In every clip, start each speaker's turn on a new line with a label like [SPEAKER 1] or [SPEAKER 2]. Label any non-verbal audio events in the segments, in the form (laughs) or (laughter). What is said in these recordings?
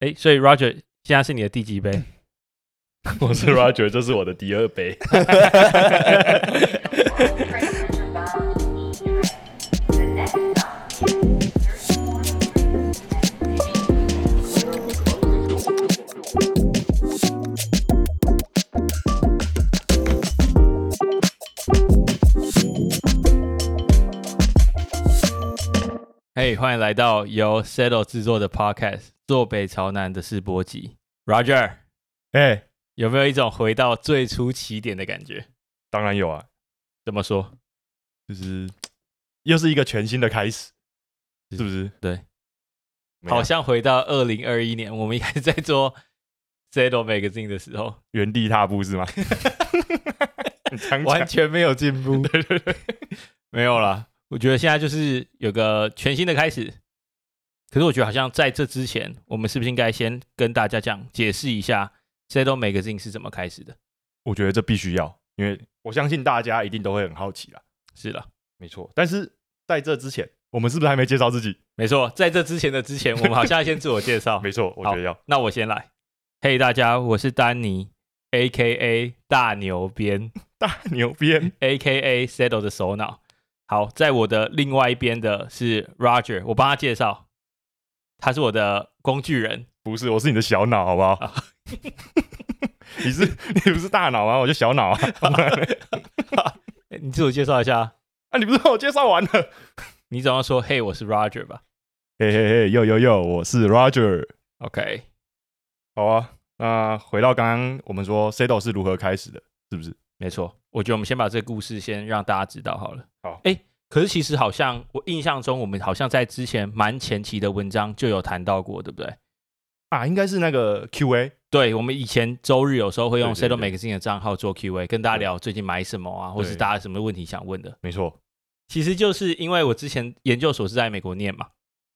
[SPEAKER 1] 哎，所以 Roger 现在是你的第几杯？
[SPEAKER 2] 嗯 (laughs) 我是 Roger，这是我的第二杯。
[SPEAKER 1] (laughs) 嘿、欢迎来到由 Settle 制作的 Podcast《坐北朝南》的试播集。Roger，
[SPEAKER 2] 哎，
[SPEAKER 1] 有没有一种回到最初起点的感觉？
[SPEAKER 2] 当然有啊，
[SPEAKER 1] 怎么说？
[SPEAKER 2] 就是又是一个全新的开始，
[SPEAKER 1] 是
[SPEAKER 2] 是不是？
[SPEAKER 1] 对，
[SPEAKER 2] 没有啊
[SPEAKER 1] 好像回到二零二一年，我们一开始在做 Settle Magazine 的时候，
[SPEAKER 2] 原地踏步是吗？ (laughs) 你常讲
[SPEAKER 1] 完全没有进步。 (laughs) 对对对，没有啦。我觉得现在就是有个全新的开始。可是我觉得好像在这之前，我们是不是应该先跟大家讲解释一下 Settle Magazine 是怎么开始的？
[SPEAKER 2] 我觉得这必须要，因为我相信大家一定都会很好奇啦。
[SPEAKER 1] 是了。
[SPEAKER 2] 没错，但是在这之前，我们是不是还没介绍自己？
[SPEAKER 1] 没错，在这之前的之前，我们好像要先自我介绍。
[SPEAKER 2] 没错，我觉得要。
[SPEAKER 1] 那我先来。嘿、大家，我是丹尼，A K A 大牛鞭
[SPEAKER 2] 大牛鞭，
[SPEAKER 1] (laughs) ，A K A Settle 的首脑。好，在我的另外一边的是 Roger，我帮他介绍，他是我的工具人。
[SPEAKER 2] 不是，我是你的小脑，好不好？ (laughs) 你是你不是大脑吗？我就小脑啊！ (laughs)
[SPEAKER 1] 诶你自我介绍一下，
[SPEAKER 2] 啊，你不是让我介绍完了？
[SPEAKER 1] 你总要说嘿、我是 Roger 吧
[SPEAKER 2] 嘿嘿嘿，呦呦呦，我是 Roger。
[SPEAKER 1] ？OK，
[SPEAKER 2] 好啊，那回到刚刚我们说 Seto 是如何开始的，是不是？
[SPEAKER 1] 没错，我觉得我们先把这个故事先让大家知道好了。
[SPEAKER 2] 好
[SPEAKER 1] 哎、可是其实好像我印象中，我们好像在之前蛮前期的文章就有谈到过，对不对？
[SPEAKER 2] 啊，应该是那个 Q&A，
[SPEAKER 1] 对，我们以前周日有时候会用
[SPEAKER 2] 对
[SPEAKER 1] Settle
[SPEAKER 2] 对对
[SPEAKER 1] Magazine 的账号做 Q&A，跟大家聊最近买什么啊，或是
[SPEAKER 2] 对
[SPEAKER 1] 大家有什么问题想问的。
[SPEAKER 2] 没错，
[SPEAKER 1] 其实就是因为我之前研究所是在美国念嘛，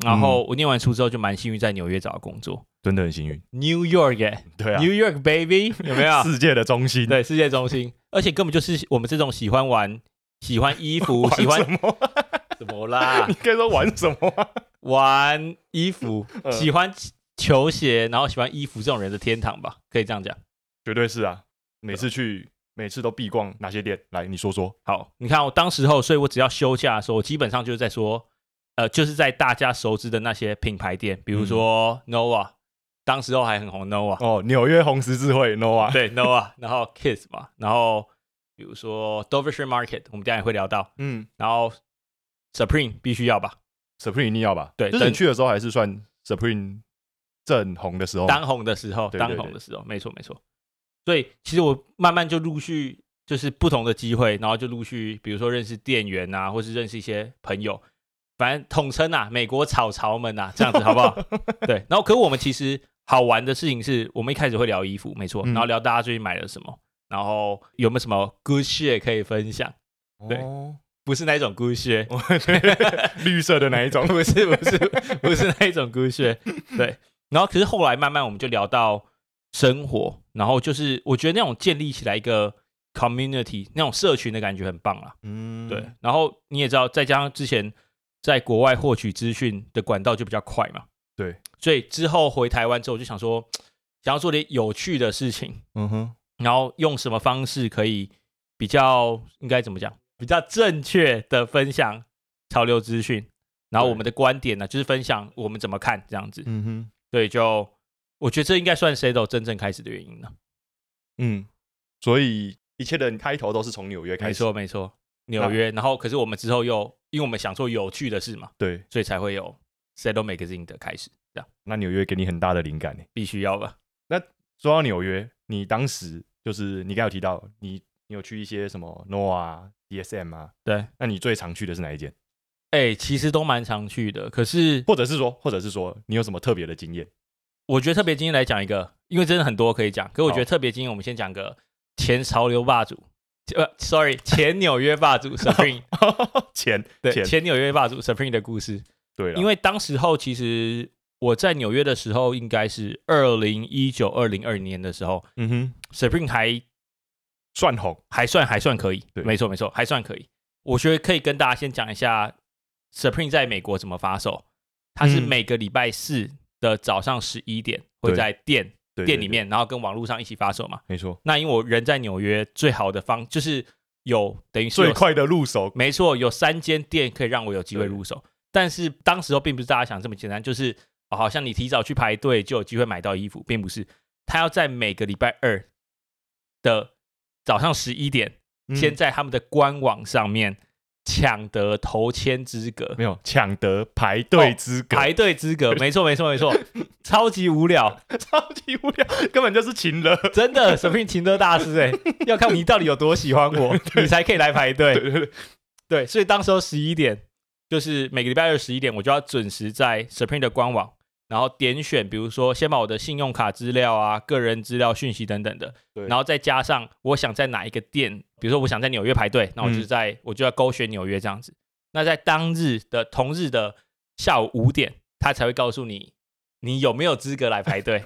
[SPEAKER 1] 然后我念完书之后就蛮幸运在纽约找到工作
[SPEAKER 2] 真的很幸运。
[SPEAKER 1] ，New York 哎、
[SPEAKER 2] 对啊
[SPEAKER 1] n e w York baby (laughs) 有没有？
[SPEAKER 2] 世界的中心，
[SPEAKER 1] 对，世界中心，而且根本就是我们这种喜欢玩、喜欢衣 (laughs) 服、喜欢
[SPEAKER 2] 玩什 (laughs) 么？
[SPEAKER 1] 怎么啦
[SPEAKER 2] 你？该说玩什么啊？
[SPEAKER 1] 玩衣服，
[SPEAKER 2] 呃
[SPEAKER 1] 喜欢球鞋，然后喜欢衣服这种人的天堂吧，可以这样讲。
[SPEAKER 2] 绝对是啊，每次去，每次都必逛哪些店？来，你说说。
[SPEAKER 1] 好，你看我哦当时候，所以我只要休假的时候，我基本上就是在说，呃，就是在大家熟知的那些品牌店，比如说 Nova，、当时候还很红
[SPEAKER 2] (laughs)
[SPEAKER 1] Nova，、
[SPEAKER 2] 哦，纽约红十字会 No 啊，
[SPEAKER 1] 对 Nova，然后 Kiss 嘛，然后比如说 Dovershire Market，我们等一下也会聊到，
[SPEAKER 2] 嗯
[SPEAKER 1] 然后 Supreme 必须要吧，
[SPEAKER 2] ，Supreme 一定要吧？
[SPEAKER 1] 对
[SPEAKER 2] 就是
[SPEAKER 1] 但
[SPEAKER 2] 你去的时候还是算 Supreme 正红的时候吗，
[SPEAKER 1] 当红的时候，
[SPEAKER 2] 哦对对
[SPEAKER 1] 当
[SPEAKER 2] 对
[SPEAKER 1] 红的时候，没错没错。所以其实我慢慢就陆续就是不同的机会，然后就陆续比如说认识店员啊，或是认识一些朋友，反正统称啊，美国草潮们
[SPEAKER 2] (laughs)
[SPEAKER 1] 啊，这样子好不好？对。然后可我们其实好玩的事情是我们一开始会聊衣服，没错，
[SPEAKER 2] 嗯
[SPEAKER 1] 然后聊大家最近买了什么，然后有没有什么 good shit 可以分享，对
[SPEAKER 2] 哦，
[SPEAKER 1] 不是那种 good shit，
[SPEAKER 2] 绿色的那一种
[SPEAKER 1] 不是不是不是那一种孤穴，对。然后可是后来慢慢我们就聊到生活，然后就是我觉得那种建立起来一个 community 那种社群的感觉很棒啦，
[SPEAKER 2] (laughs) 嗯，
[SPEAKER 1] 对。然后你也知道，再加上之前在国外获取资讯的管道就比较快嘛，
[SPEAKER 2] 对。
[SPEAKER 1] 所以之后回台湾之后，我就想说，想要做点有趣的事情，
[SPEAKER 2] 嗯哼，
[SPEAKER 1] 然后用什么方式可以比较应该怎么讲，比较正确的分享潮流资讯，然后我们的观点呢，就是分享我们怎么看这样子。
[SPEAKER 2] 嗯哼，
[SPEAKER 1] 对，就我觉得这应该算 Sado 真正开始的原因了。
[SPEAKER 2] 嗯，所以一切的开头都是从纽约开
[SPEAKER 1] 没
[SPEAKER 2] 始，
[SPEAKER 1] 错，没错，纽约。然后可是我们之后又因为我们想做有趣的事嘛，
[SPEAKER 2] 对，
[SPEAKER 1] 所以才会有 Sado Magazine 的开始，这样
[SPEAKER 2] 那纽约给你很大的灵感呢。
[SPEAKER 1] 必须要吧？
[SPEAKER 2] 说到纽约，你当时就是你刚有提到，你你有去一些什么 NOA 啊、DSM 啊，
[SPEAKER 1] 对。
[SPEAKER 2] 那你最常去的是哪一间？
[SPEAKER 1] 哎、其实都蛮常去的，可是
[SPEAKER 2] 或者是说，或者是说，你有什么特别的经验？ (laughs)
[SPEAKER 1] 我觉得特别经验来讲一个，因为真的很多可以讲，可我觉得特别经验我们先讲个前潮流霸主，呃，sorry，前 (laughs) 纽约霸主 Supreme，
[SPEAKER 2] 钱，
[SPEAKER 1] (laughs) 对，
[SPEAKER 2] 钱，
[SPEAKER 1] 前纽约霸主 Supreme 的故事。啊
[SPEAKER 2] 对了，
[SPEAKER 1] 因为当时候其实我在纽约的时候，应该是二零一九、二零二年的时候
[SPEAKER 2] 嗯哼，
[SPEAKER 1] ，Supreme 还
[SPEAKER 2] 算红，
[SPEAKER 1] 还算还算可以，
[SPEAKER 2] 对
[SPEAKER 1] 没错没错，还算可以。我觉得可以跟大家先讲一下 Supreme 在美国怎么发售，它是
[SPEAKER 2] 嗯
[SPEAKER 1] 每个礼拜四的早上十一点会
[SPEAKER 2] 对
[SPEAKER 1] 在店
[SPEAKER 2] 对
[SPEAKER 1] 店里，面，然后跟网络上一起发售嘛。
[SPEAKER 2] 对对没错，
[SPEAKER 1] 那因为我人在纽约，最好的方就是有等于是
[SPEAKER 2] 最
[SPEAKER 1] 有嗯
[SPEAKER 2] 快的入手，
[SPEAKER 1] 没错，有三间店可以让我有机会入手。但是当时候并不是大家想这么简单，就是、哦、好像你提早去排队就有机会买到衣服，并不是。他要在每个礼拜二的早上十一点，
[SPEAKER 2] 嗯
[SPEAKER 1] 先在他们的官网上面抢得投签资格、
[SPEAKER 2] 没有抢得排队
[SPEAKER 1] 哦
[SPEAKER 2] 资格，
[SPEAKER 1] 排队资
[SPEAKER 2] (laughs)
[SPEAKER 1] 格。没错，没错，没错，超级无聊，
[SPEAKER 2] 超级无聊，根本就是情了。
[SPEAKER 1] (laughs) 真的。什么情歌大师哎、 (laughs) 要看你到底有多喜欢
[SPEAKER 2] (laughs)
[SPEAKER 1] 我，你才可以来排队。
[SPEAKER 2] 对对对，
[SPEAKER 1] 对，所以当时候十一点，就是每个礼拜二十一点，我就要准时在 Supreme 的官网，然后点选，比如说先把我的信用卡资料啊、个人资料、讯息等等的
[SPEAKER 2] 对，
[SPEAKER 1] 然后再加上我想在哪一个店，比如说我想在纽约排队，那我就
[SPEAKER 2] 嗯
[SPEAKER 1] 在、我就要勾选纽约这样子。那在当日的同日的下午五点，他才会告诉你你有没有资格来排队。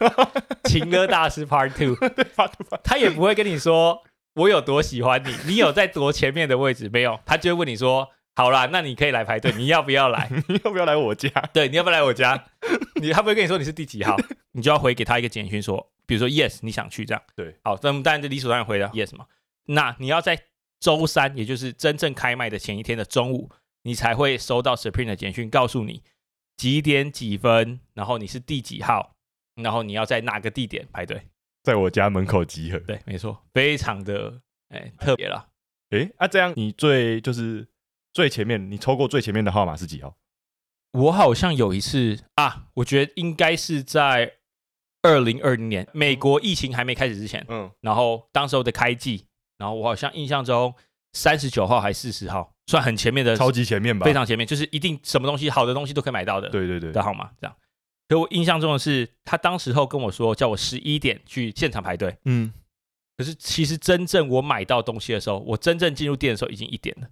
[SPEAKER 1] 情歌大师 Part Two。
[SPEAKER 2] 发突发
[SPEAKER 1] 他也不会跟你说我有多喜欢你，你有在多前面的位置没有？他就会问你说，好啦，那你可以来排队，你要不要来？
[SPEAKER 2] (laughs) 你要不要来我家？
[SPEAKER 1] 对，你要不要来我家？ (laughs) 你他不会跟你说你是第几号，你就要回给他一个简讯说，比如说 yes，你想去这样。
[SPEAKER 2] 对，
[SPEAKER 1] 好，那么当然就理所当然回答 yes 嘛。那你要在周三，也就是真正开卖的前一天的中午，你才会收到 Supreme 的简讯，告诉你几点几分，然后你是第几号，然后你要在哪个地点排队。
[SPEAKER 2] 在我家门口集合。
[SPEAKER 1] 对，没错，非常的哎、特别啦。
[SPEAKER 2] 诶，啊，这样你最就是最前面，你抽过最前面的号码是几号？
[SPEAKER 1] 我好像有一次啊，我觉得应该是在二零二零年美国疫情还没开始之前，
[SPEAKER 2] 嗯，
[SPEAKER 1] 然后当时候的开季，然后我好像印象中三十九号还四十号，算很前面的，
[SPEAKER 2] 超级前面吧。
[SPEAKER 1] 非常啊前面，就是一定什么东西好的东西都可以买到的，
[SPEAKER 2] 对对对
[SPEAKER 1] 的，号码这样。可我印象中的是，他当时候跟我说叫我十一点去现场排队，
[SPEAKER 2] 嗯，
[SPEAKER 1] 可是其实真正我买到东西的时候，我真正进入店的时候已经一点了。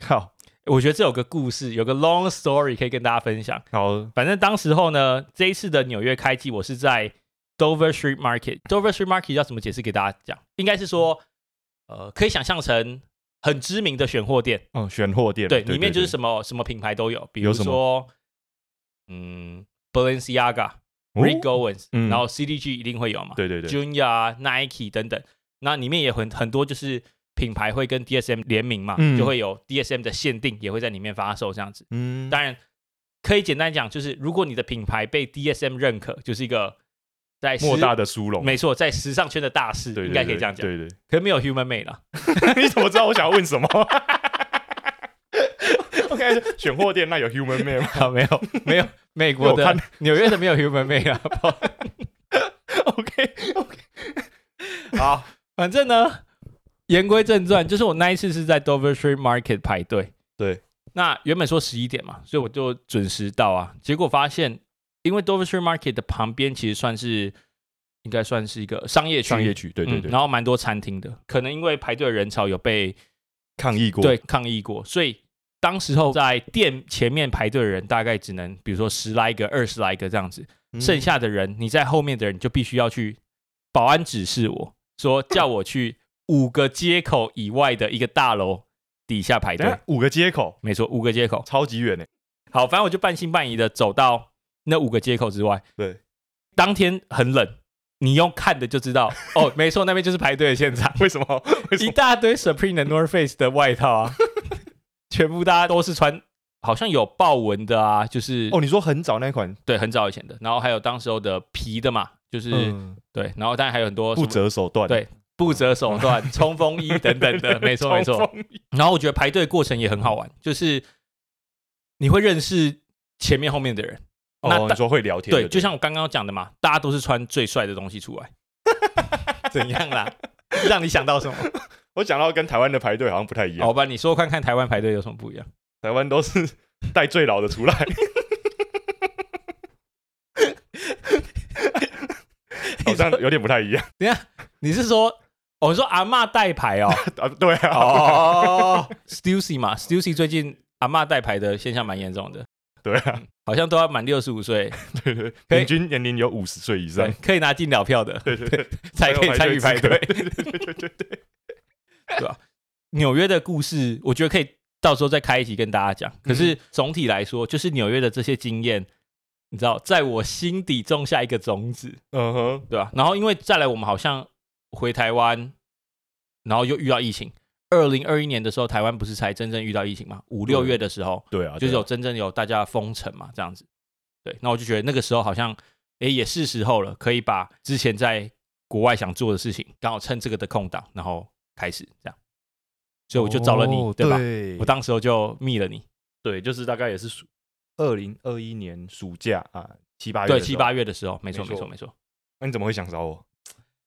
[SPEAKER 2] 好，
[SPEAKER 1] 我觉得这有个故事，有个 long story 可以跟大家分享。
[SPEAKER 2] 好，
[SPEAKER 1] 反正当时候呢，这一次的纽约开季，我是在 Dover Street Market。Dover Street Market 要怎么解释给大家讲？应该是说，呃，可以想象成很知名的选货店，
[SPEAKER 2] 嗯，选货店，
[SPEAKER 1] 对，里面就是
[SPEAKER 2] 么？
[SPEAKER 1] 什么什么品牌都有，比
[SPEAKER 2] 有
[SPEAKER 1] 如
[SPEAKER 2] 什么
[SPEAKER 1] 说，嗯，Balenciaga、
[SPEAKER 2] 哦
[SPEAKER 1] Rick Owens，、
[SPEAKER 2] 嗯
[SPEAKER 1] 然后 CDG 一定会有嘛，
[SPEAKER 2] 对对对，
[SPEAKER 1] Junior 啊、Nike 等等，那里面也很很多就是品牌会跟 DSM 联名嘛，
[SPEAKER 2] 嗯
[SPEAKER 1] 就会有 DSM 的限定也会在里面发售这样子。
[SPEAKER 2] 嗯，
[SPEAKER 1] 当然，可以简单讲，就是如果你的品牌被 DSM 认可，就是一个在时
[SPEAKER 2] 莫大的殊荣，
[SPEAKER 1] 没错，在时尚圈的大事，
[SPEAKER 2] 对，对
[SPEAKER 1] 应该可以这样讲。
[SPEAKER 2] 对对， (laughs)
[SPEAKER 1] 可是没有 Human Made 啦，
[SPEAKER 2] 对你怎么知道我想要问什么？ (laughs) 我看一下选货店，那有 human man 吗？
[SPEAKER 1] 啊，没有，没有，美 (laughs) 国
[SPEAKER 2] 有
[SPEAKER 1] 的
[SPEAKER 2] 看
[SPEAKER 1] 纽约的没有 Human Made 啊。
[SPEAKER 2] (laughs) OK，
[SPEAKER 1] (laughs) 好，反正呢，言归正传，就是我那一次是在 Dover Street Market 排队。
[SPEAKER 2] 对，
[SPEAKER 1] 那原本说十一点嘛，所以我就准时到啊。结果发现，因为 Dover Street Market 的旁边其实算是，应该算是一个商业区，
[SPEAKER 2] 商业区，对对
[SPEAKER 1] 嗯
[SPEAKER 2] 对，
[SPEAKER 1] 然后蛮多餐厅的，可能因为排队的人潮有被
[SPEAKER 2] 抗议过，
[SPEAKER 1] 对抗议过，所以当时候在店前面排队的人大概只能比如说十来个、二十来个这样子，
[SPEAKER 2] 嗯，
[SPEAKER 1] 剩下的人你在后面的人你就必须要去保安指示我说叫我去五个街口以外的一个大楼底下排
[SPEAKER 2] 等一
[SPEAKER 1] 队
[SPEAKER 2] 下，五个接口，
[SPEAKER 1] 没错，五个街口。
[SPEAKER 2] 超级远呢。欸
[SPEAKER 1] 好，反正我就半信半疑的走到那五个街口之外，
[SPEAKER 2] 对，
[SPEAKER 1] 当天很冷。你用看的就知
[SPEAKER 2] (laughs)
[SPEAKER 1] 道哦，没错，那边就是排队的现场。
[SPEAKER 2] 为什么？为什
[SPEAKER 1] 一
[SPEAKER 2] 么？
[SPEAKER 1] 大堆 Supreme 的 North Face 的外套啊，
[SPEAKER 2] (laughs)
[SPEAKER 1] 全部大家都是穿，好像有豹纹的啊，就是、
[SPEAKER 2] 哦，你说很早那一款
[SPEAKER 1] 对，很早以前的，然后还有当时候的皮的嘛，就是、
[SPEAKER 2] 嗯
[SPEAKER 1] 对，然后当然还有很多什
[SPEAKER 2] 不
[SPEAKER 1] 么
[SPEAKER 2] 择手段，
[SPEAKER 1] 对不择手 (laughs) 段、冲锋衣等等的，没错没
[SPEAKER 2] (laughs) 冲
[SPEAKER 1] 错。
[SPEAKER 2] 锋衣，
[SPEAKER 1] 然后我觉得排队过程也很好玩，就是你会认识前面后面的人，那
[SPEAKER 2] 哦，你
[SPEAKER 1] 大
[SPEAKER 2] 说会聊天，
[SPEAKER 1] 对，就像我刚刚讲的嘛，大家都是穿最帅的东西出 (laughs) 来，怎样啦？ (laughs) 让你想到什么？
[SPEAKER 2] 我讲到跟台湾的排队好像不太一样，
[SPEAKER 1] 好吧，你说看看台湾排队有什么不一样？
[SPEAKER 2] 台湾都是 (laughs) 带最老的出来。 (laughs) 好像有点不太一样
[SPEAKER 1] 你是说，我、哦、你说阿嬷带牌哦？
[SPEAKER 2] (laughs) 啊，对
[SPEAKER 1] (laughs)
[SPEAKER 2] 啊，
[SPEAKER 1] 哦，Stussy (laughs) 嘛，Stussy 最近阿嬷带牌的现象蛮严重的，
[SPEAKER 2] (laughs) 对啊，
[SPEAKER 1] 好像都要满六十五岁，
[SPEAKER 2] 对对，
[SPEAKER 1] 可以
[SPEAKER 2] 平均年龄有五十岁以上
[SPEAKER 1] 对，，可以拿进了票的
[SPEAKER 2] 对对 (laughs) 对，
[SPEAKER 1] (laughs) 才可以参与排队，
[SPEAKER 2] (laughs) 对对对对对，
[SPEAKER 1] 对吧？ (laughs) 纽约的故事，我觉得可以到时候再开一集跟大家讲。可是总体来说，就是纽约的这些经验，你知道，在我心底种下一个种子，
[SPEAKER 2] (laughs) 嗯哼，
[SPEAKER 1] 对吧、然后因为再来，我们好像回台湾，然后又遇到疫情。二零二一年的时候，台湾不是才真正遇到疫情嘛？五六月的时候，
[SPEAKER 2] 对啊，
[SPEAKER 1] 就是
[SPEAKER 2] 对啊
[SPEAKER 1] 有真正有大家封城嘛，这样子。对，那我就觉得那个时候好像，诶，也是时候了，可以把之前在国外想做的事情，刚好趁这个的空档，然后开始这样。所以我就找了你，
[SPEAKER 2] 哦
[SPEAKER 1] 对吧？
[SPEAKER 2] 对
[SPEAKER 1] 我当时候就密了你，
[SPEAKER 2] 对，就是大概也是暑二零二一年暑假啊，七八月
[SPEAKER 1] 对，
[SPEAKER 2] 的
[SPEAKER 1] 七
[SPEAKER 2] 时候
[SPEAKER 1] 八，月的时候，没错，
[SPEAKER 2] 没
[SPEAKER 1] 没错，
[SPEAKER 2] 错
[SPEAKER 1] 没错。
[SPEAKER 2] 那你怎么会想找我？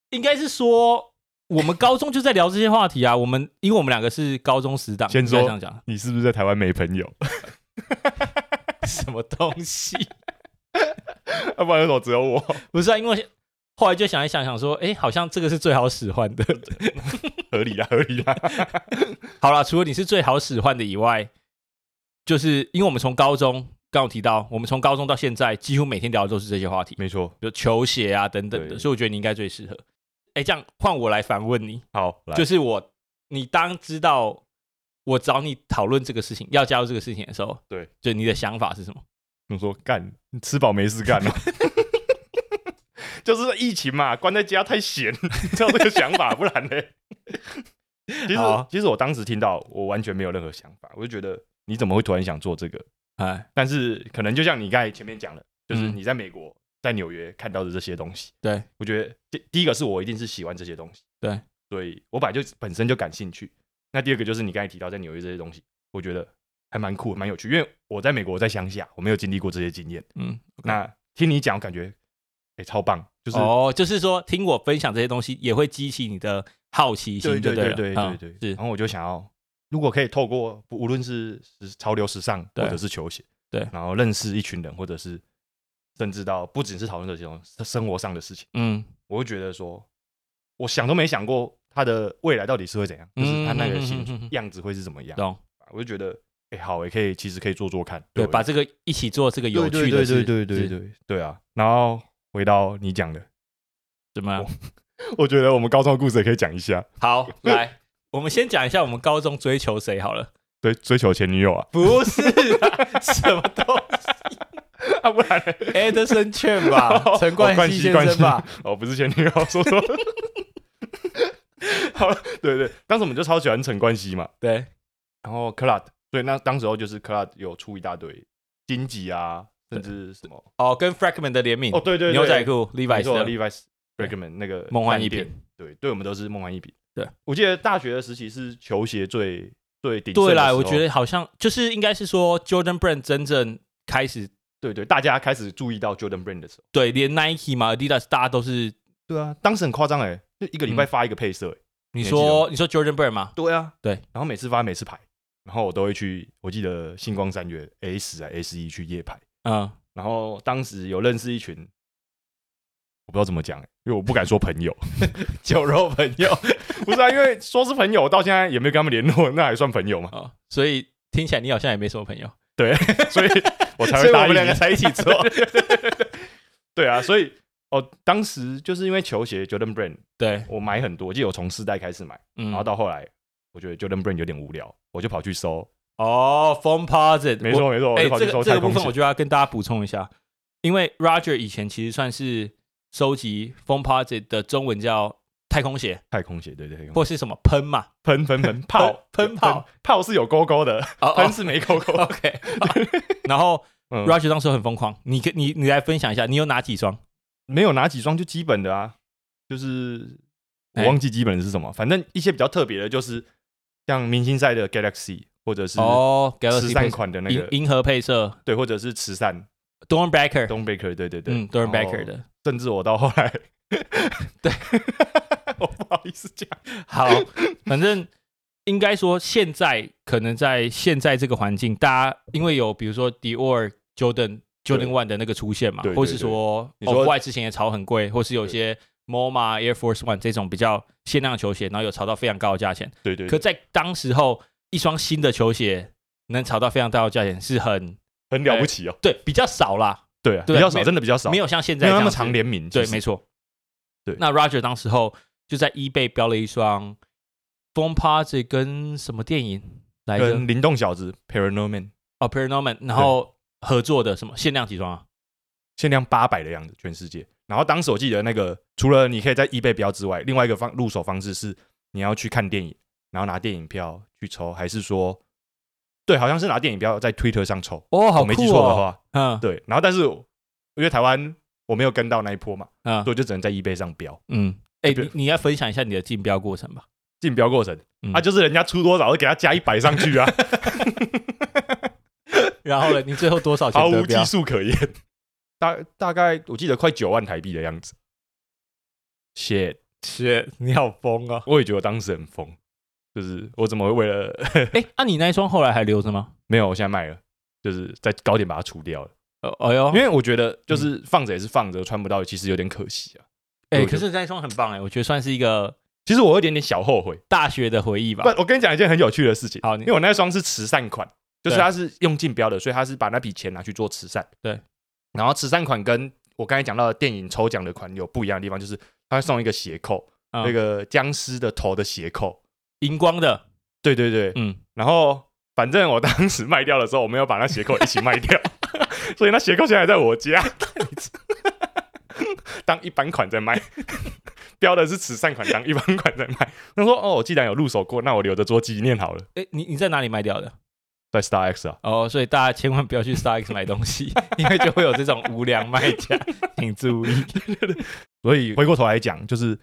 [SPEAKER 1] 应该是说，我们高中就在聊这些话题啊。我们因为我们两个是高中死党，
[SPEAKER 2] 先说
[SPEAKER 1] 应该这样讲
[SPEAKER 2] 你是不是在台湾没朋友？
[SPEAKER 1] (laughs) 什么东
[SPEAKER 2] (laughs)
[SPEAKER 1] 西？
[SPEAKER 2] 要啊不然为什么只有我？
[SPEAKER 1] 不是啊，因为后来就想一想，想说，哎、好像这个是最好使唤的。
[SPEAKER 2] 合理啦，合理啦。
[SPEAKER 1] 好啦，除了你是最好使唤的以外，就是因为我们从高中刚有提到，我们从高中到现在，几乎每天聊的都是这些话题，
[SPEAKER 2] 没错，
[SPEAKER 1] 比如球鞋啊等等的，
[SPEAKER 2] 对
[SPEAKER 1] 所以我觉得你应该最适合。哎、这样换我来反问你，
[SPEAKER 2] 好，来，
[SPEAKER 1] 就是我，你当知道我找你讨论这个事情，要加入这个事情的时候，
[SPEAKER 2] 对，
[SPEAKER 1] 就你的想法是什么？
[SPEAKER 2] 我说干，你吃饱没事干了、就是疫情嘛，关在家太闲，你知道这个想法，不然
[SPEAKER 1] (laughs)
[SPEAKER 2] 呢？其实
[SPEAKER 1] 好啊，
[SPEAKER 2] 其实我当时听到，我完全没有任何想法，我就觉得你怎么会突然想做这个？
[SPEAKER 1] 哎，
[SPEAKER 2] 但是可能就像你刚才前面讲的，就是
[SPEAKER 1] 嗯
[SPEAKER 2] 你在美国、在纽约看到的这些东西，
[SPEAKER 1] 对
[SPEAKER 2] 我觉得第第一个是我一定是喜欢这些东西，
[SPEAKER 1] 对，
[SPEAKER 2] 所以我本来就本身就感兴趣。那第二个就是你刚才提到在纽约这些东西，我觉得还蛮酷，蛮有趣，因为我在美国，我在乡下，我没有经历过这些经验。
[SPEAKER 1] 嗯，
[SPEAKER 2] 那听你讲，我感觉哎、诶超棒，就是、
[SPEAKER 1] 哦，就是说听我分享这些东西，也会激起你的好奇心
[SPEAKER 2] 对
[SPEAKER 1] 就
[SPEAKER 2] 对
[SPEAKER 1] 对
[SPEAKER 2] 对
[SPEAKER 1] 了，
[SPEAKER 2] 对
[SPEAKER 1] 嗯
[SPEAKER 2] 对对，然后我就想要，如果可以透过不无论是时潮流时尚
[SPEAKER 1] 对
[SPEAKER 2] 或者是球鞋，
[SPEAKER 1] 对
[SPEAKER 2] 然后认识一群人，或者是甚至到不只是讨论这些东西，生活上的事情，
[SPEAKER 1] 嗯，
[SPEAKER 2] 我会觉得说，我想都没想过他的未来到底是会怎样，就是他那个
[SPEAKER 1] 嗯
[SPEAKER 2] 形
[SPEAKER 1] 嗯嗯嗯嗯
[SPEAKER 2] 样子会是怎么样，
[SPEAKER 1] 懂，
[SPEAKER 2] 我就觉得哎、好，也可以其实可以做做看，
[SPEAKER 1] 对，
[SPEAKER 2] 我
[SPEAKER 1] 把这个一起做这个有
[SPEAKER 2] 对
[SPEAKER 1] 趣的
[SPEAKER 2] 对
[SPEAKER 1] 事，
[SPEAKER 2] 对对对
[SPEAKER 1] 是
[SPEAKER 2] 对对对啊，然后回到你讲的，
[SPEAKER 1] 怎么样？
[SPEAKER 2] 我觉得我们高中的故事也可以讲一下。
[SPEAKER 1] (laughs)
[SPEAKER 2] (laughs)
[SPEAKER 1] 好，来，我们先讲一下我们高中追求谁好了，
[SPEAKER 2] 追追求前女友啊，
[SPEAKER 1] 不是啊
[SPEAKER 2] (laughs)
[SPEAKER 1] 什么东
[SPEAKER 2] 啊不然嘞
[SPEAKER 1] Edison 劝 (laughs) 吧，陈冠希先生吧，，
[SPEAKER 2] 哦不是前女友，说说。 (laughs) 好了，对对，当时我们就超喜欢陈冠希嘛，
[SPEAKER 1] (laughs) 对，
[SPEAKER 2] 然后 Cloud，对，那当时候就是 Cloud 有出一大堆荆棘啊，甚至什么
[SPEAKER 1] 哦，跟 Fragment 的联名
[SPEAKER 2] 哦，，对对对，
[SPEAKER 1] 牛仔裤 Levi's
[SPEAKER 2] 没错
[SPEAKER 1] 的
[SPEAKER 2] Levi's Brickman 那个
[SPEAKER 1] 梦幻一
[SPEAKER 2] 品
[SPEAKER 1] 品，，
[SPEAKER 2] 对，对我们都是梦幻一品。
[SPEAKER 1] 对，
[SPEAKER 2] 我记得大学的时期是球鞋最最顶盛的
[SPEAKER 1] 对啦，
[SPEAKER 2] 时候
[SPEAKER 1] 我觉得好像就是应该是说 Jordan Brand 真正开始
[SPEAKER 2] 对对，大家开始注意到 Jordan Brand 的时候，
[SPEAKER 1] 对，连 Nike 嘛 Adidas 大家都是
[SPEAKER 2] 对啊，当时很夸张哎，就一个礼拜
[SPEAKER 1] 嗯
[SPEAKER 2] 发一个配色欸
[SPEAKER 1] 你
[SPEAKER 2] 记
[SPEAKER 1] 说你说 Jordan Brand 嘛，
[SPEAKER 2] 对啊，
[SPEAKER 1] 对。
[SPEAKER 2] 然后每次发每次排，然后我都会去，我记得星光三月 S 啊 S 一去夜排， (laughs)
[SPEAKER 1] 嗯，
[SPEAKER 2] 然后当时有认识一群，我不知道怎么讲、欸因为我不敢说朋友， (laughs)
[SPEAKER 1] 酒肉朋友
[SPEAKER 2] 不是啊，因为说是朋友，到现在也没有跟他们联络，那还算朋友嘛？
[SPEAKER 1] 哦，所以听起来你好像也没什么朋友， (laughs)
[SPEAKER 2] 所以我
[SPEAKER 1] 所
[SPEAKER 2] 才会
[SPEAKER 1] 以我
[SPEAKER 2] 答
[SPEAKER 1] 们
[SPEAKER 2] 应
[SPEAKER 1] 两个
[SPEAKER 2] 你。
[SPEAKER 1] 才一起做，
[SPEAKER 2] (laughs) 对啊，所以哦，当时就是因为球鞋 Jordan Brand，
[SPEAKER 1] 对，
[SPEAKER 2] 我买很多，我记得我从四代开始买，
[SPEAKER 1] 嗯
[SPEAKER 2] 然后到后来。我觉得 Jordan Brand 有点无聊，我就跑去搜，
[SPEAKER 1] 哦 f o m Posit，
[SPEAKER 2] 没错没错，我
[SPEAKER 1] 哎、
[SPEAKER 2] 哦就跑
[SPEAKER 1] 这
[SPEAKER 2] 去
[SPEAKER 1] 个
[SPEAKER 2] 搜
[SPEAKER 1] 这
[SPEAKER 2] 太
[SPEAKER 1] 个部
[SPEAKER 2] 空
[SPEAKER 1] 分我
[SPEAKER 2] 鞋。
[SPEAKER 1] 就要跟大家补充一下，因为 Roger 以前其实算是收集 f o m Posit 的中文叫太空鞋，
[SPEAKER 2] 太空鞋，对对，太空鞋
[SPEAKER 1] 或是什么喷嘛，
[SPEAKER 2] 喷喷喷炮
[SPEAKER 1] (laughs) 喷炮
[SPEAKER 2] 炮是有勾勾的，
[SPEAKER 1] 哦哦
[SPEAKER 2] 喷是没勾勾。
[SPEAKER 1] OK，然后
[SPEAKER 2] (laughs) 嗯
[SPEAKER 1] Roger 当时很疯狂，你跟你你来分享一下，你有哪几双？
[SPEAKER 2] 没有拿几双就基本的啊，就是我
[SPEAKER 1] 哎
[SPEAKER 2] 忘记基本的是什么，反正一些比较特别的，就是像明星赛的 Galaxy，或者是
[SPEAKER 1] 哦
[SPEAKER 2] 十
[SPEAKER 1] ，Galaxy
[SPEAKER 2] 三
[SPEAKER 1] 配色
[SPEAKER 2] 款的那
[SPEAKER 1] 银
[SPEAKER 2] 个，
[SPEAKER 1] 银河配色
[SPEAKER 2] 对，或者是慈善
[SPEAKER 1] Dorn Baker，
[SPEAKER 2] Don Baker，对对对，
[SPEAKER 1] 嗯，Dorn Baker
[SPEAKER 2] 然后，
[SPEAKER 1] 的，，
[SPEAKER 2] 甚至我到后来
[SPEAKER 1] (laughs) 对，
[SPEAKER 2] (laughs) 我不好意思讲，
[SPEAKER 1] 好，反正应该说现在可能在现在这个环境，大家因为有比如说 Dior、Jordan、Jordan One 的那个出现嘛
[SPEAKER 2] 对，对
[SPEAKER 1] 或是说哦
[SPEAKER 2] 对你说
[SPEAKER 1] Off White 之前也炒很贵，或是有些 MoMA、Air Force One 这种比较限量球鞋，然后有炒到非常高的价钱。
[SPEAKER 2] 对对，
[SPEAKER 1] 可
[SPEAKER 2] 对
[SPEAKER 1] 在当时候，一双新的球鞋能炒到非常高的价钱，是很
[SPEAKER 2] 很了不起哦，
[SPEAKER 1] 对比较少啦，
[SPEAKER 2] 对啊，
[SPEAKER 1] 对
[SPEAKER 2] 比较少，
[SPEAKER 1] 没
[SPEAKER 2] 真的比较少，
[SPEAKER 1] 没有像现在这
[SPEAKER 2] 没有那
[SPEAKER 1] 样
[SPEAKER 2] 么
[SPEAKER 1] 子
[SPEAKER 2] 常联名，
[SPEAKER 1] 对，
[SPEAKER 2] 其实
[SPEAKER 1] 没错。
[SPEAKER 2] 对
[SPEAKER 1] 那 Roger 当时候就在 eBay 标了一双《风 Party》跟什么电影来着？
[SPEAKER 2] 跟灵动小子 Paranorman。
[SPEAKER 1] 哦，《Paranorman》，然后合作的什么限量几双啊？
[SPEAKER 2] 限量八百的样子，全世界。然后当时我记得那个，除了你可以在 eBay 标之外，另外一个方入手方式是你要去看电影，然后拿电影票去抽，还是说，对，好像是拿电影票在 Twitter 上抽，
[SPEAKER 1] 哦，好
[SPEAKER 2] 我没记
[SPEAKER 1] 酷
[SPEAKER 2] 错的
[SPEAKER 1] 哦，
[SPEAKER 2] 话，
[SPEAKER 1] 嗯
[SPEAKER 2] 对。然后但是我因为台湾我没有跟到那一波嘛，所以
[SPEAKER 1] 嗯
[SPEAKER 2] 我就只能在 eBay 上标。
[SPEAKER 1] 嗯，哎，
[SPEAKER 2] 对
[SPEAKER 1] 你你要分享一下你的竞标过程吧？
[SPEAKER 2] 竞标过程，
[SPEAKER 1] 嗯
[SPEAKER 2] 啊，就是人家出多少，我就给他加一百上
[SPEAKER 1] (laughs)
[SPEAKER 2] 去啊，
[SPEAKER 1] 然后呢，你最后多少
[SPEAKER 2] 毫
[SPEAKER 1] 钱得
[SPEAKER 2] (laughs) 无技
[SPEAKER 1] 标？
[SPEAKER 2] 术可言。大大概我记得快九万台币的样子。shit，
[SPEAKER 1] 是，你好疯哦！
[SPEAKER 2] 我也觉得我当时很疯，就是我怎么会为了
[SPEAKER 1] (laughs)
[SPEAKER 2] (laughs)
[SPEAKER 1] 哎，那你那一双后来还留着吗？
[SPEAKER 2] 没有，我现在卖了，就是在高点把它除掉了，
[SPEAKER 1] 呃，哎呦
[SPEAKER 2] 因，为我觉得就是放着也是放着，穿不到，其实有点嗯可惜啊。
[SPEAKER 1] 哎，
[SPEAKER 2] 我
[SPEAKER 1] 可是那一双很棒哎，我觉得算是一个
[SPEAKER 2] 其实我有一点点小后悔。
[SPEAKER 1] 大学的回忆吧
[SPEAKER 2] 不。，我跟你讲一件很有趣的事情，
[SPEAKER 1] 好你
[SPEAKER 2] 因为我那双是慈善款，就是
[SPEAKER 1] 对
[SPEAKER 2] 它是用竞标的，所以它是把那笔钱拿去做慈善。
[SPEAKER 1] 对，
[SPEAKER 2] 然后慈善款跟我刚才讲到的电影抽奖的款有不一样的地方，就是它会送一个鞋扣，
[SPEAKER 1] 嗯
[SPEAKER 2] 那个僵尸的头的鞋扣。
[SPEAKER 1] 荧光的，
[SPEAKER 2] 对对对，
[SPEAKER 1] 嗯，
[SPEAKER 2] 然后反正我当时卖掉的时候，我没有把那鞋扣一起卖掉， (laughs) 所以那鞋扣现在还在我家，当一般款在卖，标的是慈善款，当一般款在卖。他说：“哦，我既然有入手过，那我留着做纪念好了。
[SPEAKER 1] 哎，你你在哪里卖掉的？”
[SPEAKER 2] 在 Star X 啊，
[SPEAKER 1] 哦，所以大家千万不要去 Star X 买东
[SPEAKER 2] (laughs)
[SPEAKER 1] 西，因为就会有这种无良卖家， (laughs) 请注意。
[SPEAKER 2] 所以回过头来讲，就是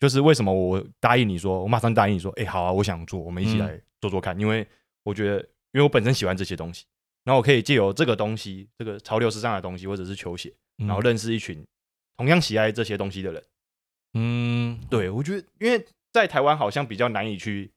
[SPEAKER 2] 就是为什么我答应你说，我马上答应你说，哎、好啊，我想做，我们一起来做做看，因为我觉得，因为我本身喜欢这些东西，然后我可以借由这个东西，这个潮流时尚的东西，或者是球鞋，然后，认识一群同样喜爱这些东西的人。
[SPEAKER 1] 嗯，
[SPEAKER 2] 对，我觉得因为在台湾好像比较难以去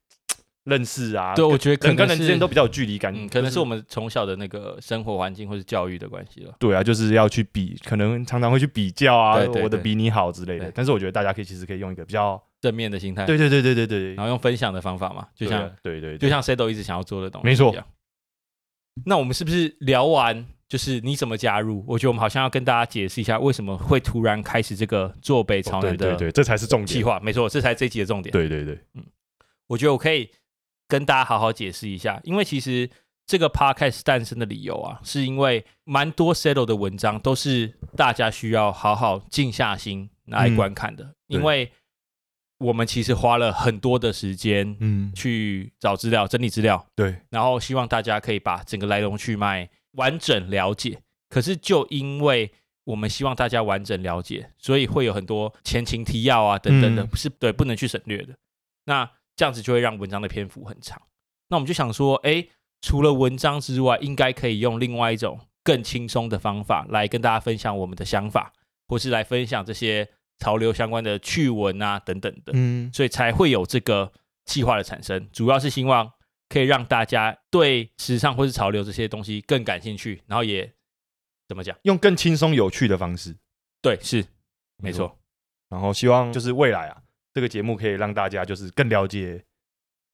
[SPEAKER 2] 认识啊，
[SPEAKER 1] 对，我觉得可
[SPEAKER 2] 人跟
[SPEAKER 1] 能
[SPEAKER 2] 人之
[SPEAKER 1] 是
[SPEAKER 2] 间都比较有距离感，
[SPEAKER 1] 嗯，可能
[SPEAKER 2] 就是
[SPEAKER 1] 我们从小的那个生活环境或是教育的关系了。
[SPEAKER 2] 对啊，就是要去比，可能常常会去比较啊，
[SPEAKER 1] 对对
[SPEAKER 2] 我的
[SPEAKER 1] 对
[SPEAKER 2] 比你好之类的
[SPEAKER 1] 对。
[SPEAKER 2] 但是我觉得大家可以其实可以用一个比较，
[SPEAKER 1] 正面的心态，
[SPEAKER 2] 对对对对对对，
[SPEAKER 1] 然后用分享的方法嘛，就
[SPEAKER 2] 对啊
[SPEAKER 1] 像
[SPEAKER 2] 对对，对
[SPEAKER 1] 就像 Sado 一直想要做的东西，
[SPEAKER 2] 没错。
[SPEAKER 1] 那我们是不是聊完就是你怎么加入？我觉得我们好像要跟大家解释一下为什么会突然开始这个坐北朝
[SPEAKER 2] 对
[SPEAKER 1] 南
[SPEAKER 2] 哦对
[SPEAKER 1] 的
[SPEAKER 2] 对，这才是重
[SPEAKER 1] 计
[SPEAKER 2] 点。
[SPEAKER 1] 划。没错，这才是这一集的重点。
[SPEAKER 2] 对对对，
[SPEAKER 1] 我觉得我可以跟大家好好解释一下，因为其实这个 podcast 诞生的理由啊，是因为蛮多 Settle 的文章都是大家需要好好静下心来观看的，因为我们其实花了很多的时间
[SPEAKER 2] 嗯，
[SPEAKER 1] 去找资料、整理资料，
[SPEAKER 2] 对，
[SPEAKER 1] 然后希望大家可以把整个来龙去脉完整了解。可是就因为我们希望大家完整了解，所以会有很多前情提要啊等等的，
[SPEAKER 2] 嗯
[SPEAKER 1] 不是对不能去省略的。那这样子就会让文章的篇幅很长。那我们就想说，哎，除了文章之外，应该可以用另外一种更轻松的方法来跟大家分享我们的想法，或是来分享这些潮流相关的趣闻啊等等的。
[SPEAKER 2] 嗯，
[SPEAKER 1] 所以才会有这个计划的产生。主要是希望可以让大家对时尚或是潮流这些东西更感兴趣，然后也怎么讲？
[SPEAKER 2] 用更轻松有趣的方式，
[SPEAKER 1] 对，是没错。。
[SPEAKER 2] 然后希望就是未来啊，这个节目可以让大家就是更了解，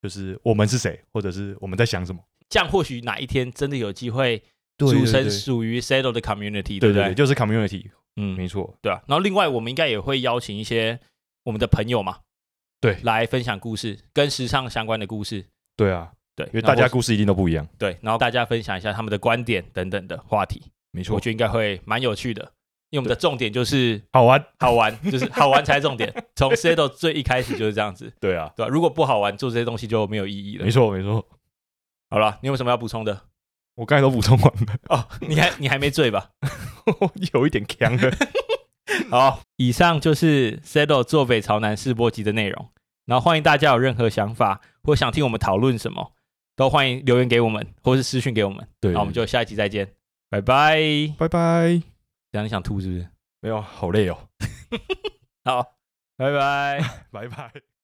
[SPEAKER 2] 就是我们是谁，或者是我们在想什么。
[SPEAKER 1] 这样或许哪一天真的有机会
[SPEAKER 2] 对对
[SPEAKER 1] 组成
[SPEAKER 2] 对
[SPEAKER 1] 属于 Saddle 的 community，
[SPEAKER 2] 对
[SPEAKER 1] 不
[SPEAKER 2] 对对，就是 community，没
[SPEAKER 1] 嗯，
[SPEAKER 2] 错，
[SPEAKER 1] 对啊。然后另外我们应该也会邀请一些我们的朋友嘛，
[SPEAKER 2] 对
[SPEAKER 1] 来分享故事，跟时尚相关的故事。
[SPEAKER 2] 对啊，
[SPEAKER 1] 对，因
[SPEAKER 2] 因为大家故事一定都不一样，
[SPEAKER 1] 对，然后大家分享一下他们的观点等等的话题，
[SPEAKER 2] 没错
[SPEAKER 1] 我，觉得应该会蛮有趣的。因为我们的重点就是
[SPEAKER 2] 好玩，
[SPEAKER 1] 好玩， (laughs) 就是好玩才是重点。从 Settle 最一开始就是这样子，
[SPEAKER 2] 对啊，
[SPEAKER 1] 对吧、如果不好玩，做这些东西就没有意义了
[SPEAKER 2] 没。错没错，
[SPEAKER 1] 好了，你有什么要补充的？
[SPEAKER 2] 我刚才都补充完了， (laughs)
[SPEAKER 1] 哦，你还你还没醉吧？
[SPEAKER 2] 我有一点强了，
[SPEAKER 1] 好，以上就是 Settle 坐北朝南试播集的内容。然后欢迎大家有任何想法或想听我们讨论什么，都欢迎留言给我们，或是私讯给我们。
[SPEAKER 2] (laughs) 对，
[SPEAKER 1] 那我们就下一集再见，拜拜。
[SPEAKER 2] 拜拜，
[SPEAKER 1] 等一下你想吐是不是？
[SPEAKER 2] 没有，好累哦，
[SPEAKER 1] 好，拜拜。
[SPEAKER 2] 拜拜。